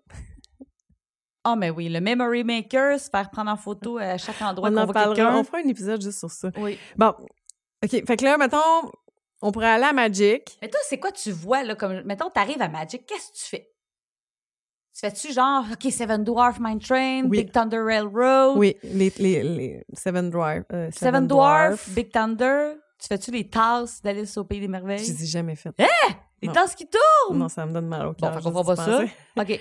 Ah, mais oui, le Memory Maker, se faire prendre en photo à chaque endroit
On
qu'on
en
voit
parlera.
quelqu'un.
On fera un épisode juste sur ça.
Oui.
Bon, OK. Fait que là, mettons, on pourrait aller à Magic.
Mais toi, c'est quoi tu vois, là, comme, mettons, t'arrives à Magic, qu'est-ce que tu fais? Tu fais-tu genre, OK, Seven Dwarf Mine Train,
Oui.
Big Thunder Railroad,
Oui, les, les, les Seven Dwarf. euh,
Oh. Seven, Dwarf, Big Thunder? Tu fais-tu les tasses d'Alice au Pays des
Je
Merveilles?
les ai jamais fait.
Les
non.
tasses qui tournent!
Non, ça me donne mal au
Oh. Bon,
cœur.
fait qu'on
juste
fera
d'y
pas ça.
penser.
OK.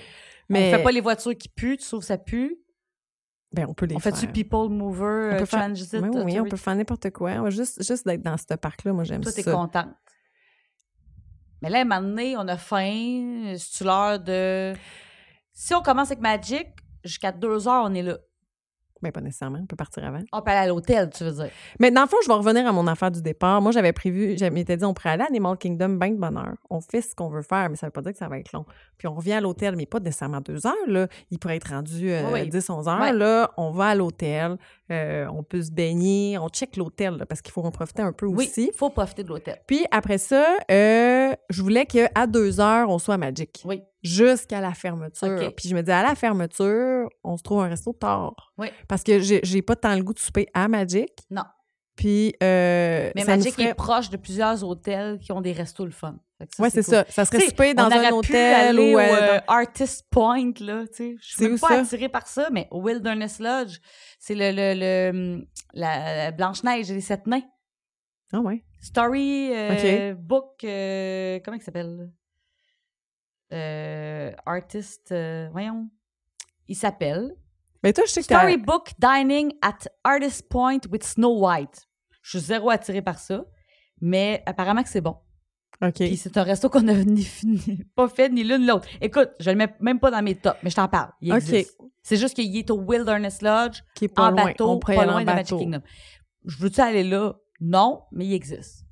Mais
On fait pas les voitures qui puent, tu trouves ça pue.
ben, on peut les
On fait-tu
faire.
People Mover,
On peut
euh,
faire-
Transit?
Oui, oui, oui, on
Authority?
peut faire n'importe quoi. On va Juste, juste d'être dans ce parc-là, moi, j'aime
Toi,
ça.
t'es contente. Mais là, à un moment donné, on a faim. C'est-tu l'heure de. Si on commence avec Magic, jusqu'à deux heures, on est là.
Ben, pas nécessairement. On peut partir avant.
On peut aller à l'hôtel, tu veux dire.
Mais dans le fond, je vais revenir à mon affaire du départ. Moi, j'avais prévu, je m'étais dit, on pourrait aller à Animal Kingdom, ben de bonheur. On fait ce qu'on veut faire, mais ça veut pas dire que ça va être long. Puis on revient à l'hôtel, mais pas nécessairement deux heures, là. Il pourrait être rendu euh,
Oui, oui.
10, 11 heures,
Ouais.
là. On va à l'hôtel, euh, on peut se baigner, on check l'hôtel, là, parce qu'il faut en profiter un peu
Oui,
aussi.
il faut profiter de l'hôtel.
Puis après ça, euh, je voulais qu'à deux heures, on soit à Magic.
Oui.
Jusqu'à la fermeture.
OK.
Puis je me dis, à la fermeture, on se trouve un resto tard.
Oui.
Parce que j'ai j'ai pas tant le goût de souper à Magic.
Non.
Puis. euh,
Mais
ça nous
Magic
ferait-
est proche de plusieurs hôtels qui ont des restos le fun. Fait que
Ouais, c'est
cool.
ça. Ça serait
Tu sais,
souper dans
on aurait
un
pu
hôtel
aller
ou.
au,
euh,
euh, Artist Point, là, tu sais. Je
C'est
suis même
où
pas
ça?
attirée par ça, mais Wilderness Lodge, c'est le, le, le- la, la Blanche-Neige et les Sept Nains.
dans- Ah ouais.
Story, euh, book, euh, comment il s'appelle? Euh, artist, euh, voyons. Il s'appelle
Mais toi, je sais que t'as.
Storybook Dining at Artist Point with Snow White. Je suis zéro attirée par ça, mais apparemment que c'est bon.
OK.
Puis c'est un resto qu'on n'a ni fini, pas fait ni l'une l'autre. Écoute, je le mets même pas dans mes tops, mais je t'en parle. Il
Ok.
existe. C'est juste qu'il est au Wilderness Lodge,
Qui est pas
en
loin.
bateau,
on pourrait
pas
aller
loin de
en
Magic
bateau.
Kingdom. Je veux-tu aller là? Non, mais il existe.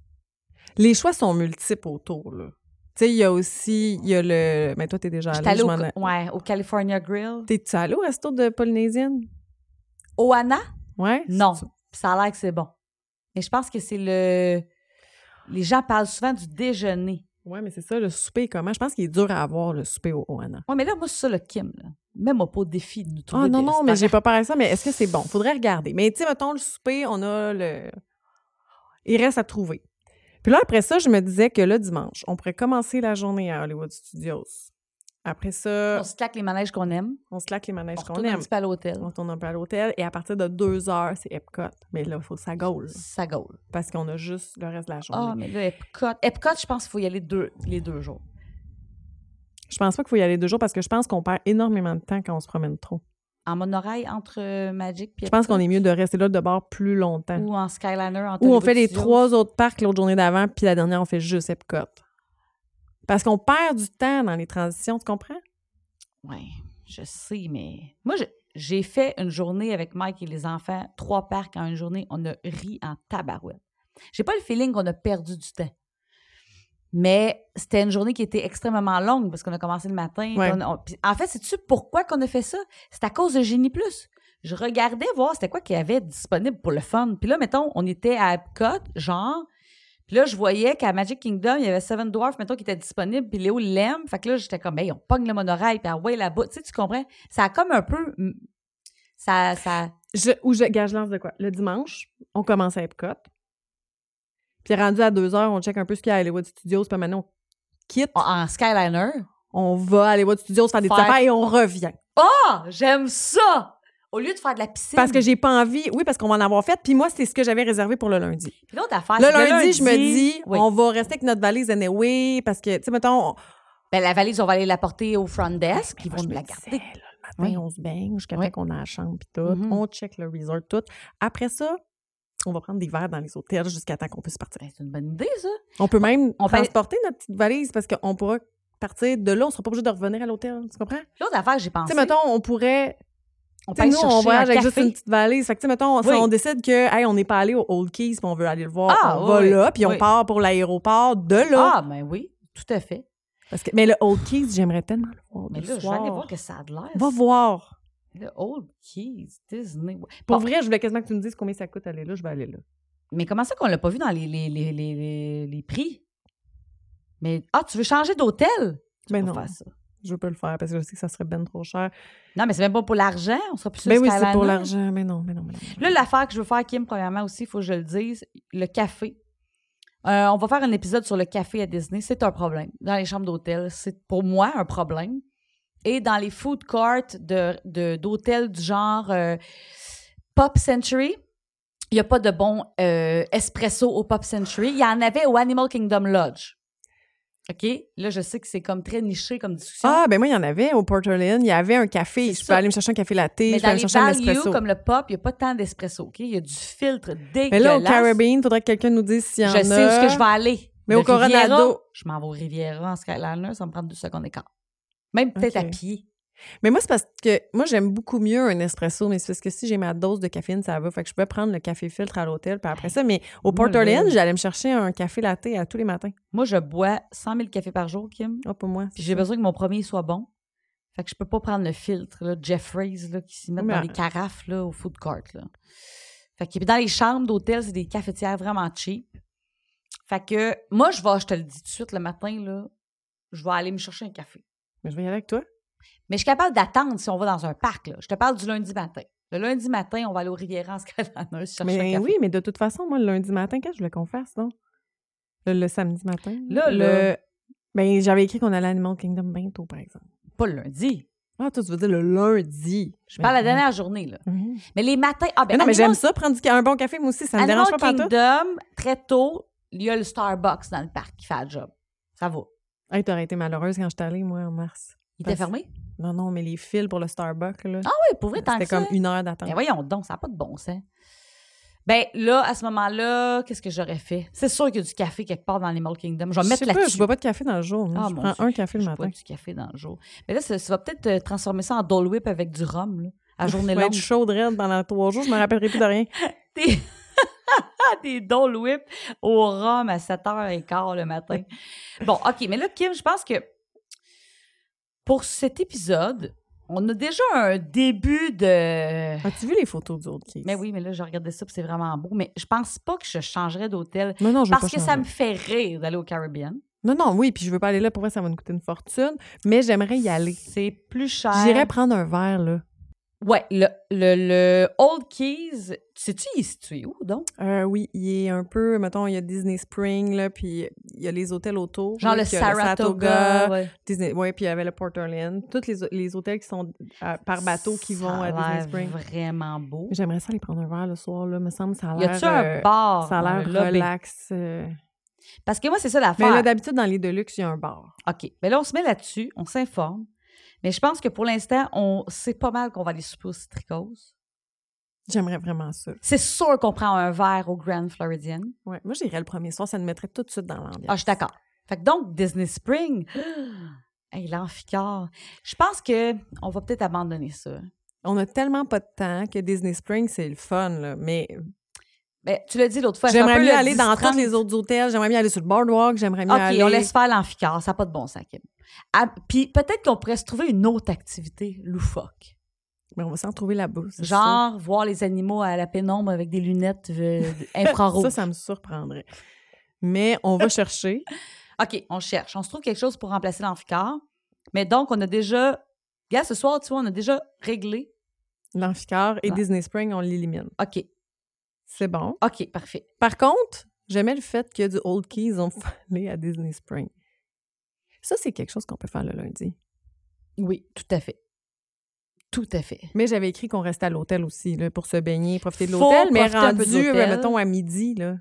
Les choix sont multiples autour, là. Tu sais, il y a aussi. Il y a le. Mais toi, t'es déjà
J'étais
allé.
allée
je
au,
m'en ai-
ouais, au California Grill.
T'es-tu allé au resto de Polynésienne?
Oana?
Ouais?
Non. Ça a l'air que c'est bon. Mais je pense que c'est le. Les gens parlent souvent du déjeuner.
Ouais, mais c'est ça, le souper est comment? Je pense qu'il est dur à avoir, le souper au Oana.
Ouais, mais là, moi, c'est ça le Kim. Là. Même pas au défi de nous trouver.
Ah non,
des
non, mais j'ai
restaurants.
pas parlé de ça, mais est-ce que c'est bon? Faudrait regarder. Mais tu sais, mettons, le souper, on a le... Il reste à trouver. Puis là, après ça, je me disais que le dimanche, on pourrait commencer la journée à Hollywood Studios. Après ça,
On se claque les manèges qu'on aime.
on se claque les
On
manèges qu'on
retourne un
aime.
petit peu à l'hôtel.
On tourne un peu à l'hôtel. Et à partir de deux heures, c'est Epcot. Mais là, il faut que ça gaule.
Ça gaule.
Parce qu'on a juste le reste de la journée.
Ah, mais là, Epcot. Epcot, je pense qu'il faut y aller deux, les deux jours.
Je pense pas qu'il faut y aller deux jours parce que je pense qu'on perd énormément de temps quand on se promène trop.
En monorail entre euh, Magic puis
Je pense
Epcot,
qu'on est mieux de rester là de bord plus longtemps.
Ou en Skyliner. en
Ou on
Hollywood
fait les
Studios.
trois autres parcs l'autre journée d'avant, puis la dernière, on fait juste Epcot. Parce qu'on perd du temps dans les transitions, tu comprends?
Ouais, je sais, mais. Moi, je- j'ai fait une journée avec Mike et les enfants, trois parcs en une journée. On a ri en tabarouette. J'ai pas le feeling qu'on a perdu du temps. Mais c'était une journée qui était extrêmement longue parce qu'on a commencé le matin. puis
Ouais.
on- on- puis en fait, sais-tu pourquoi qu'on a fait ça? C'est à cause de Génie Plus. Je regardais voir c'était quoi qu'il y avait disponible pour le fun. Puis là, mettons, on était à Epcot, genre. Puis là, je voyais qu'à Magic Kingdom, il y avait Seven Dwarfs, mettons, qui était disponible, puis Léo l'aime. Fait que là, j'étais comme, hey, on pogne le monorail, puis ah ouais, là-bas. Tu sais, tu comprends? Ça a comme un peu. mm, Ça. ça...
Je, ou je, gars, je lance de quoi? Le dimanche, on commence à Epcot. Puis rendu à 2 heures, on check un peu ce qu'il y a à Hollywood Studios. Puis maintenant, on quitte.
En, en Skyliner.
On va à Hollywood Studios faire des petites
Ah. Faire-
affaires et on revient.
Ah, j'aime ça! Au lieu de faire de la piscine.
Parce que j'ai pas envie. Oui, parce qu'on va en avoir fait. Puis moi, c'est ce que j'avais réservé pour le lundi.
Puis l'autre affaire,
Le
Ah, c'est que
lundi, je me dis,
oui.
on va rester avec notre valise anyway. Parce que, tu sais, mettons, on-
ben, la valise, on va aller la porter au front desk, puis ils
Moi,
vont
je
nous
me
la
disais,
garder.
là, le matin,
Oui.
on se baigne jusqu'à
Oui.
temps qu'on a la chambre puis tout.
Mhm.
On check le resort tout. Après ça, on va prendre des verres dans les hôtels jusqu'à temps qu'on puisse partir.
Ben, c'est une bonne idée, ça.
On peut même
on peut-
transporter notre petite valise parce qu'on pourra partir de là, on sera pas obligé de revenir à l'hôtel, tu comprends? Tu
Puis L'autre affaire, j'ai pensé.
sais, mettons, on pourrait...
on
Tu sais,
peut
nous, on voyage avec juste
café.
une petite valise. Fait que, tu sais, mettons, si
Oui.
on décide que, hey, on n'est pas allé au Old Keys puis on veut aller le voir,
Ah,
on va
oui,
là, puis on
oui.
part pour l'aéroport de là.
Ah, ben oui, tout à fait.
Parce que, mais le Old Keys, j'aimerais tellement le voir
Mais
le
là, je vais
soir.
aller voir que ça a de l'air.
Va voir.
Le Old Keys, Disney. World.
Pour
Bon,
vrai, je voulais quasiment que tu me dises combien ça coûte aller là, je vais aller là.
Mais comment ça qu'on l'a pas vu dans les, les, les, les, les- les prix? Mais ah, tu veux changer d'hôtel? Tu
Ben
peux
non.
faire ça.
Je veux pas le faire parce que je sais que ça serait ben trop cher.
Non, mais c'est même pas pour l'argent. On sera plus sur
Ben oui,
Skyliner.
c'est pour l'argent, mais non, mais non, mais non.
Là, l'affaire que je veux faire, Kim, premièrement aussi, il faut que je le dise, le café. Euh, on va faire un épisode sur le café à Disney. C'est un problème. Dans les chambres d'hôtel, c'est pour moi un problème. Et dans les food courts d'hôtels de, d'hôtels du genre euh, Pop Century, il n'y a pas de bon euh, espresso au Pop Century. Il y en avait au Animal Kingdom Lodge. OK? Là, je sais que c'est comme très niché comme discussion.
Ah, ben moi, il y en avait au Porterland. Il y avait un café.
C'est
Je peux
ça.
aller me chercher un café latte,
mais
je peux
dans
aller me
les
chercher un
value
espresso.
comme le pop, il n'y a pas tant d'espresso. OK? Il y a du filtre dégueulasse.
Mais là, au Caribbean, il faudrait que quelqu'un nous dise s'il y en a.
Je sais où est-ce que je vais aller.
Mais
De
au Coronado-
Riviera, je m'en vais au Riviera en Skyliner, ça me prend deux secondes et quart. Même peut-être
Ok.
à pied.
Mais moi, c'est parce que moi, j'aime beaucoup mieux un espresso, mais c'est parce que si j'ai ma dose de caféine, ça va. Fait que je peux prendre le café filtre à l'hôtel, puis après ça. Mais au
Moi,
Porterland,
là-
j'allais me chercher un café latte à tous les matins.
Moi, je bois 100 000 cafés par jour, Kim.
Ah, pour moi.
Puis j'ai besoin que mon premier soit bon. Fait que je peux pas prendre le filtre, là, Jeffries, là, qui s'y mettent
Mais-
dans les carafes, là, au food court, là. Fait que puis dans les chambres d'hôtel, c'est des cafetières vraiment cheap. Fait que moi, je vais, je te le dis tout de suite, le matin, là, je vais aller me chercher un café.
Mais je vais y aller avec toi.
Mais je suis capable d'attendre si on va dans un parc. Là. Je te parle du lundi matin. Le lundi matin, on va aller au Riviera en Scalaneuse chercher un
Mais
café.
oui, mais de toute façon, moi, le lundi matin, qu'est-ce que je voulais qu'on fasse, non? Le, le samedi matin.
Là, là.
Ben, j'avais écrit qu'on allait à Animal Kingdom bientôt, par exemple.
Pas le lundi.
Ah, toi, tu veux dire le lundi.
Je parle de la dernière journée. Là.
Ben, Mhm.
Mais les matins. Ah, ben,
Mais non, mais
Animal-
j'aime ça, prendre du ca- un bon café, moi aussi, ça me
Animal
dérange pas partout.
Kingdom, très tôt, il y a le Starbucks dans le parc qui fait le job. Ça va.
Hey, t'aurais été malheureuse quand je suis allée, moi, en mars.
Il était
Parce-
fermé?
Non, non, mais les fils pour le Starbucks, là,
Ah oui, pour vrai, tant
c'était
que ça.
comme une heure d'attente.
Ben voyons donc, ça n'a pas de bon sens. Ben là, à ce moment-là, qu'est-ce que j'aurais fait? C'est sûr qu'il y a du café quelque part dans Animal Kingdom. Je vais
je
mettre
sais pas, je
là-dessus.
bois pas de café dans le jour. moi.
Ah,
je
mon
prends
Dieu,
un café le
Je bois
matin.
du café dans le jour. Mais là, ça, ça va peut-être euh, transformer ça en Dole Whip avec du rhum, là, à journée
Je vais
longue.
être chaude raide pendant trois jours, je me rappellerai plus de rien.
Des, des Dole Whip au rhum à 7h15 le matin. Bon, OK, mais là, Kim, je pense que pour cet épisode, on a déjà un début de...
As-tu vu les photos du Old Keys?
Mais Ben oui, mais là, je regardais ça, puis c'est vraiment beau. Mais je pense pas que je changerais d'hôtel
Non, non, je veux
parce
pas
que ça
changer.
me fait rire d'aller au Caribbean.
Non, non, oui, puis je veux pas aller là. Pour moi, ça va nous coûter une fortune, mais j'aimerais y aller.
C'est plus cher.
J'irais prendre un verre, là.
Ouais, le, le, le Old Keys, sais-tu, il est situé où, donc?
Euh, oui, il est un peu, mettons, il y a Disney Spring, là, puis il y a les hôtels autour.
Genre le
là, puis il y a
Saratoga. ouais.
Disney, ouais, puis il y avait le Porterland. Tous les, les hôtels qui sont à- par bateau qui
Ça
vont à
a
Disney
l'air
Spring.
vraiment beau.
J'aimerais ça aller prendre un verre le soir, là, me semble, ça a
Y
l'air...
a-tu un
euh,
bar?
Ça a
dans le
l'air
lobby?
relax. euh.
Parce que moi, c'est ça
Mais
l'affaire.
là, d'habitude, dans les Deluxe, il y a un bar.
OK. Mais là, on se met là-dessus, on s'informe. Mais je pense que pour l'instant, on sait pas mal qu'on va aller souper au Citricose.
J'aimerais vraiment ça.
C'est sûr qu'on prend un verre au Grand Floridian.
Ouais. Moi, j'irais le premier soir, ça me mettrait tout de suite dans l'ambiance.
Ah, je suis d'accord. Fait que donc, Disney Spring. Hey, l'amphicard. Je pense que on va peut-être abandonner ça.
On a tellement pas de temps que Disney Springs, c'est le fun, là. Mais
Ben, tu l'as dit l'autre fois. c'est un
j'aimerais
peu
mieux
le
aller dans
10-30.
tous les autres hôtels. J'aimerais mieux aller sur le boardwalk. J'aimerais mieux
OK,
aller...
on laisse faire l'amphicard. Ça n'a pas de bon sens, Kim. Ah, Puis peut-être qu'on pourrait se trouver une autre activité loufoque.
Mais on va s'en trouver là-bas, c'est sûr.
Genre, voir les animaux à la pénombre avec des lunettes euh,
Ça,
infrarouges.
ça me surprendrait. Mais on va chercher.
OK, on cherche. On se trouve quelque chose pour remplacer l'amphicard. Mais donc, on a déjà... Gars, ce soir, tu vois, on a déjà réglé.
L'amphicard et
Ouais.
Disney Spring, on l'élimine.
OK,
C'est bon.
OK, parfait.
Par contre, j'aimais le fait que du Old Keys, on peut aller à Disney Spring. Ça, c'est quelque chose qu'on peut faire le lundi.
Oui, tout à fait. Tout à fait.
Mais j'avais écrit qu'on restait à l'hôtel aussi, là, pour se baigner, profiter de
Faut
l'hôtel, mais
profiter un peu de
rendu,
l'hôtel.
euh, mettons, à midi, là.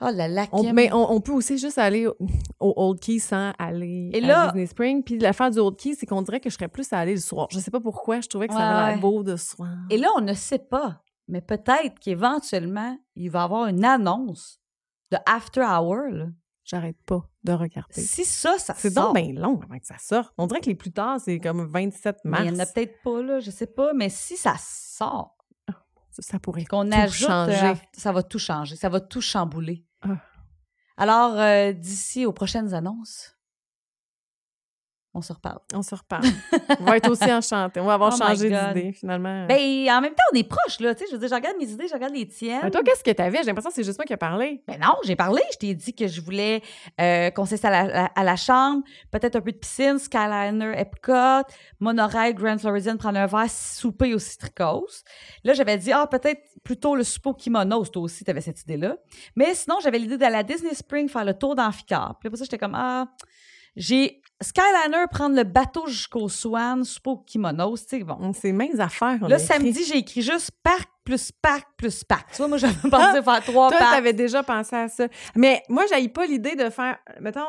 Oh là là,
On,
Kim.
mais on, on peut aussi juste aller au, au Old Key sans aller
Et
à
là-
Disney Spring. Puis l'affaire du Old Key, c'est qu'on dirait que je serais plus à aller le soir. Je sais pas pourquoi, je trouvais que ça
Ouais,
avait l'air
ouais.
beau de soir.
Et là, on ne sait pas, mais peut-être qu'éventuellement, il va y avoir une annonce de After Hour. là.
J'arrête pas de regarder.
Si ça, ça
C'est
sort,
donc bien long avant que ça sorte. On dirait que les plus tard, c'est comme 27
mais
mars.
il n'y en a peut-être pas, là, je sais pas, mais si ça sort,
Ça, ça pourrait
qu'on
tout
ajoute,
changer.
euh, ça va tout changer, ça va tout chambouler.
Ah.
Alors, euh, d'ici aux prochaines annonces, on se reparle.
On se reparle. on va être aussi enchantés. On va avoir
Oh my
changé
God.
d'idée, finalement.
Ben, en même temps, on est proches, là, tu sais, je veux dire, je regarde mes idées, je regarde les tiennes.
Mais toi, qu'est-ce que t'avais? J'ai l'impression que c'est juste moi qui ai parlé.
Ben non, j'ai parlé. Je t'ai dit que je voulais euh, qu'on cesse à la, à- à la chambre, peut-être un peu de piscine, Skyliner, Epcot, monorail, Grand Floridian, prendre un verre, souper au Citricos. Là, j'avais dit, ah, peut-être plutôt le souper au kimono. Toi aussi, t'avais cette idée-là. Mais sinon, j'avais l'idée d'aller à Disney Spring faire le tour d'Amphicard. Puis là, pour ça, j'étais comme, ah, j'ai Skyliner, prendre le bateau jusqu'au Swan, souper au kimono. Tu sais, bon.
On- C'est mêmes affaires. on
Là,
a écrit.
samedi, j'ai écrit juste parc plus parc plus parc. Tu vois, moi, j'avais pensé faire trois
Ah! Toi,
parcs.
t'avais déjà pensé à ça. Mais moi, j'aille pas l'idée de faire, mettons,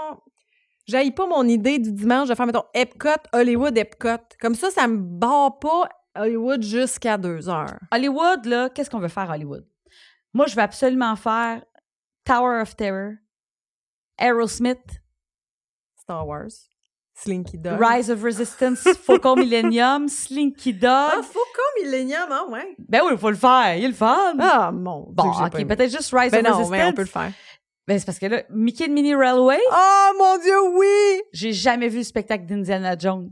j'aille pas mon idée du dimanche de faire, mettons, Epcot, Hollywood, Epcot. Comme ça, ça me barre pas Hollywood jusqu'à deux heures.
Hollywood, là, qu'est-ce qu'on veut faire à Hollywood? Moi, je veux absolument faire Tower of Terror, Aerosmith,
Star Wars, Slinky Dog.
Rise of Resistance, Faucon Millennium, Slinky
Ah,
Dog.
faut comme Millennium, hein, ouais.
Ben oui, il faut le faire, il est le fun.
Ah, mon Dieu,
bon,
que j'ai
bah, ok,
pas aimé.
peut-être juste Rise
Ben
of
non,
Resistance.
mais on peut le faire.
Ben, c'est parce que là, Mickey and Minnie Railway,
Oh, mon Dieu, oui!
j'ai jamais vu le spectacle d'Indiana Jones.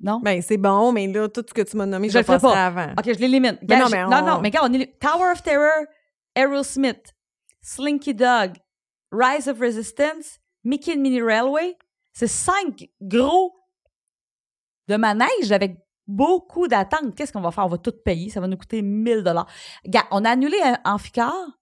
Non?
Ben, c'est bon, mais là, tout ce que tu m'as nommé,
Je
je,
le ferai
passerai
pas.
avant.
Ok, je l'élimine.
Mais
Gars,
non,
j'ai-
mais
non,
on-
non, mais gars, on élimine. Tower of Terror, Aerosmith, Slinky Dog, Rise of Resistance, Mickey and Minnie Railway. C'est cinq gros de manège avec beaucoup d'attentes. Qu'est-ce qu'on va faire? On va tout payer. Ça va nous coûter 1000 dollars. Gars, on a annulé un Amphicard.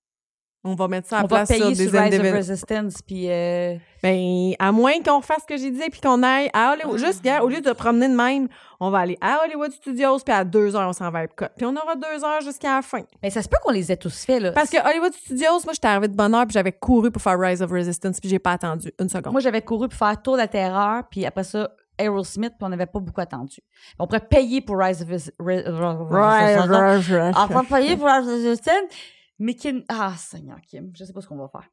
On va mettre ça à
On va
place sur
payer
des
sur Rise of
individus.
Resistance. Puis, euh,
Ben, à moins qu'on fasse ce que j'ai dit puis qu'on aille à Hollywood.
Ah.
Juste, gars, au lieu de promener de même, on va aller à Hollywood Studios puis à deux heures, on s'en va à Epcot. Puis on aura deux heures jusqu'à la fin.
Mais ça se peut qu'on les ait tous faits, là.
Parce que Hollywood Studios, moi, j'étais arrivée de bonne heure puis j'avais couru pour faire Rise of Resistance puis j'ai pas attendu une seconde.
Moi, j'avais couru pour faire Tour de la Terreur, puis après ça, Aerosmith, puis on n'avait pas beaucoup attendu. On pourrait payer pour Rise of... Res- Re- Re- Re- Re-
Ah,
On pourrait payer pour Rise of Resistance, mais Kim... Ah, Seigneur, Kim, je sais pas ce qu'on va faire.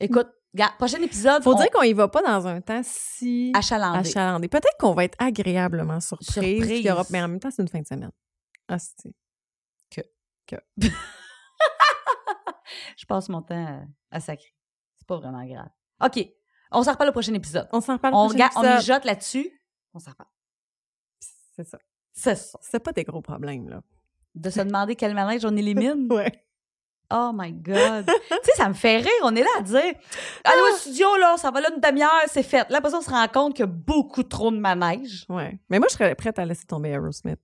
Écoute, gars, prochain épisode,
Faut
on-
dire qu'on y va pas dans un temps si
achalandé.
achalandé. Peut-être qu'on va être agréablement surprise.
Surprise.
puis qu'il y aura- Mais en même temps, c'est une fin de semaine. Ah, c'est.
Je passe mon temps à- à sacrer. C'est pas vraiment grave. OK, on s'en reparle au prochain épisode.
On s'en reparle au
On,
prochain
gars, on
épisode.
mijote là-dessus, on s'en reparle.
C'est ça.
C'est ça.
C'est pas des gros problèmes, là.
De se demander quel manège on élimine.
Ouais.
Oh my God. tu sais, ça me fait rire. On est là à dire Allô,
Ah.
au studio, là, ça va là une demi-heure, c'est fait. Là, après ça, on se rend compte qu'il y a beaucoup trop de manège.
Ouais. Mais moi, je serais prête à laisser tomber Aerosmith.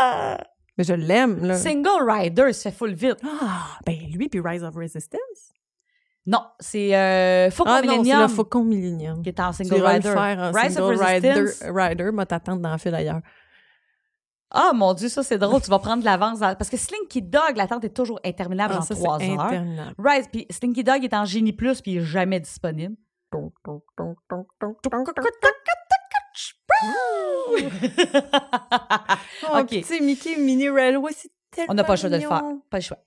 Ah!
Mais je l'aime, là.
Single Rider se fait full vite.
Ah, ben lui, puis Rise of Resistance.
Non, c'est euh, Faucon
Ah non, c'est
Millennium
le Faucon Millennium.
qui est en
Tu
Single
iras le
Rider.
faire en
Rise of
single rider, euh.
Resistance.
rider, moi t'attendre dans le fil ailleurs.
Ah mon Dieu, ça, c'est drôle. tu vas prendre de l'avance. dans- Parce que Slinky Dog, l'attente est toujours interminable
Ah,
en
ça,
trois
c'est
heures.
interminable.
Rise, puis Slinky Dog est en Génie Plus, puis il est jamais disponible.
Oh,
Ok.
petit Mickey Mini Railway, c'est tellement
On n'a pas le choix de le faire.
mignon.
Pas le choix.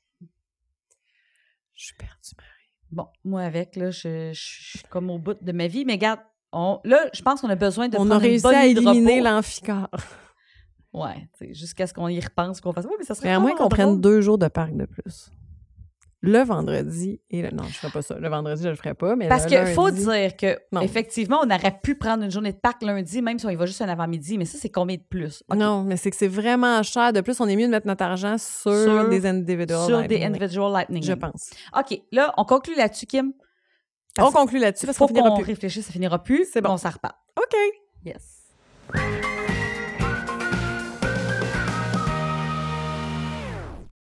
Je suis perdue, Marie.
Bon, moi avec, là, je, je- je suis comme au bout de ma vie, mais regarde, on, là, je pense qu'on a besoin de
On a
prendre une
réussi
bonne Ah,
à
nuit de
éliminer
repos.
l'amphicard.
Ouais, tu sais, jusqu'à ce qu'on y repense, qu'on fasse. Oui, mais ça serait
Mais à moins
tellement
qu'on prenne
drôle.
deux jours de parc de plus. Le vendredi et le... Non, je ne ferai pas ça. Le vendredi, je ne le ferai pas, mais
Parce
le
qu'il faut
euh, lundi-
dire que
Non.
effectivement, on aurait pu prendre une journée de parc lundi, même si on y va juste un avant-midi, mais ça, c'est combien de plus? OK.
Non, mais c'est que c'est vraiment cher. De plus, on est mieux de mettre notre argent sur,
Sur-
des individuals.
Sur des
lightning,
individual lightning.
Je pense.
OK, là, on conclut là-dessus, Kim.
On
Parce-
conclut là-dessus parce qu'on
Faut
finira
qu'on
plus.
réfléchisse, ça finira plus.
C'est bon.
On s'en reparle.
OK.
Yes.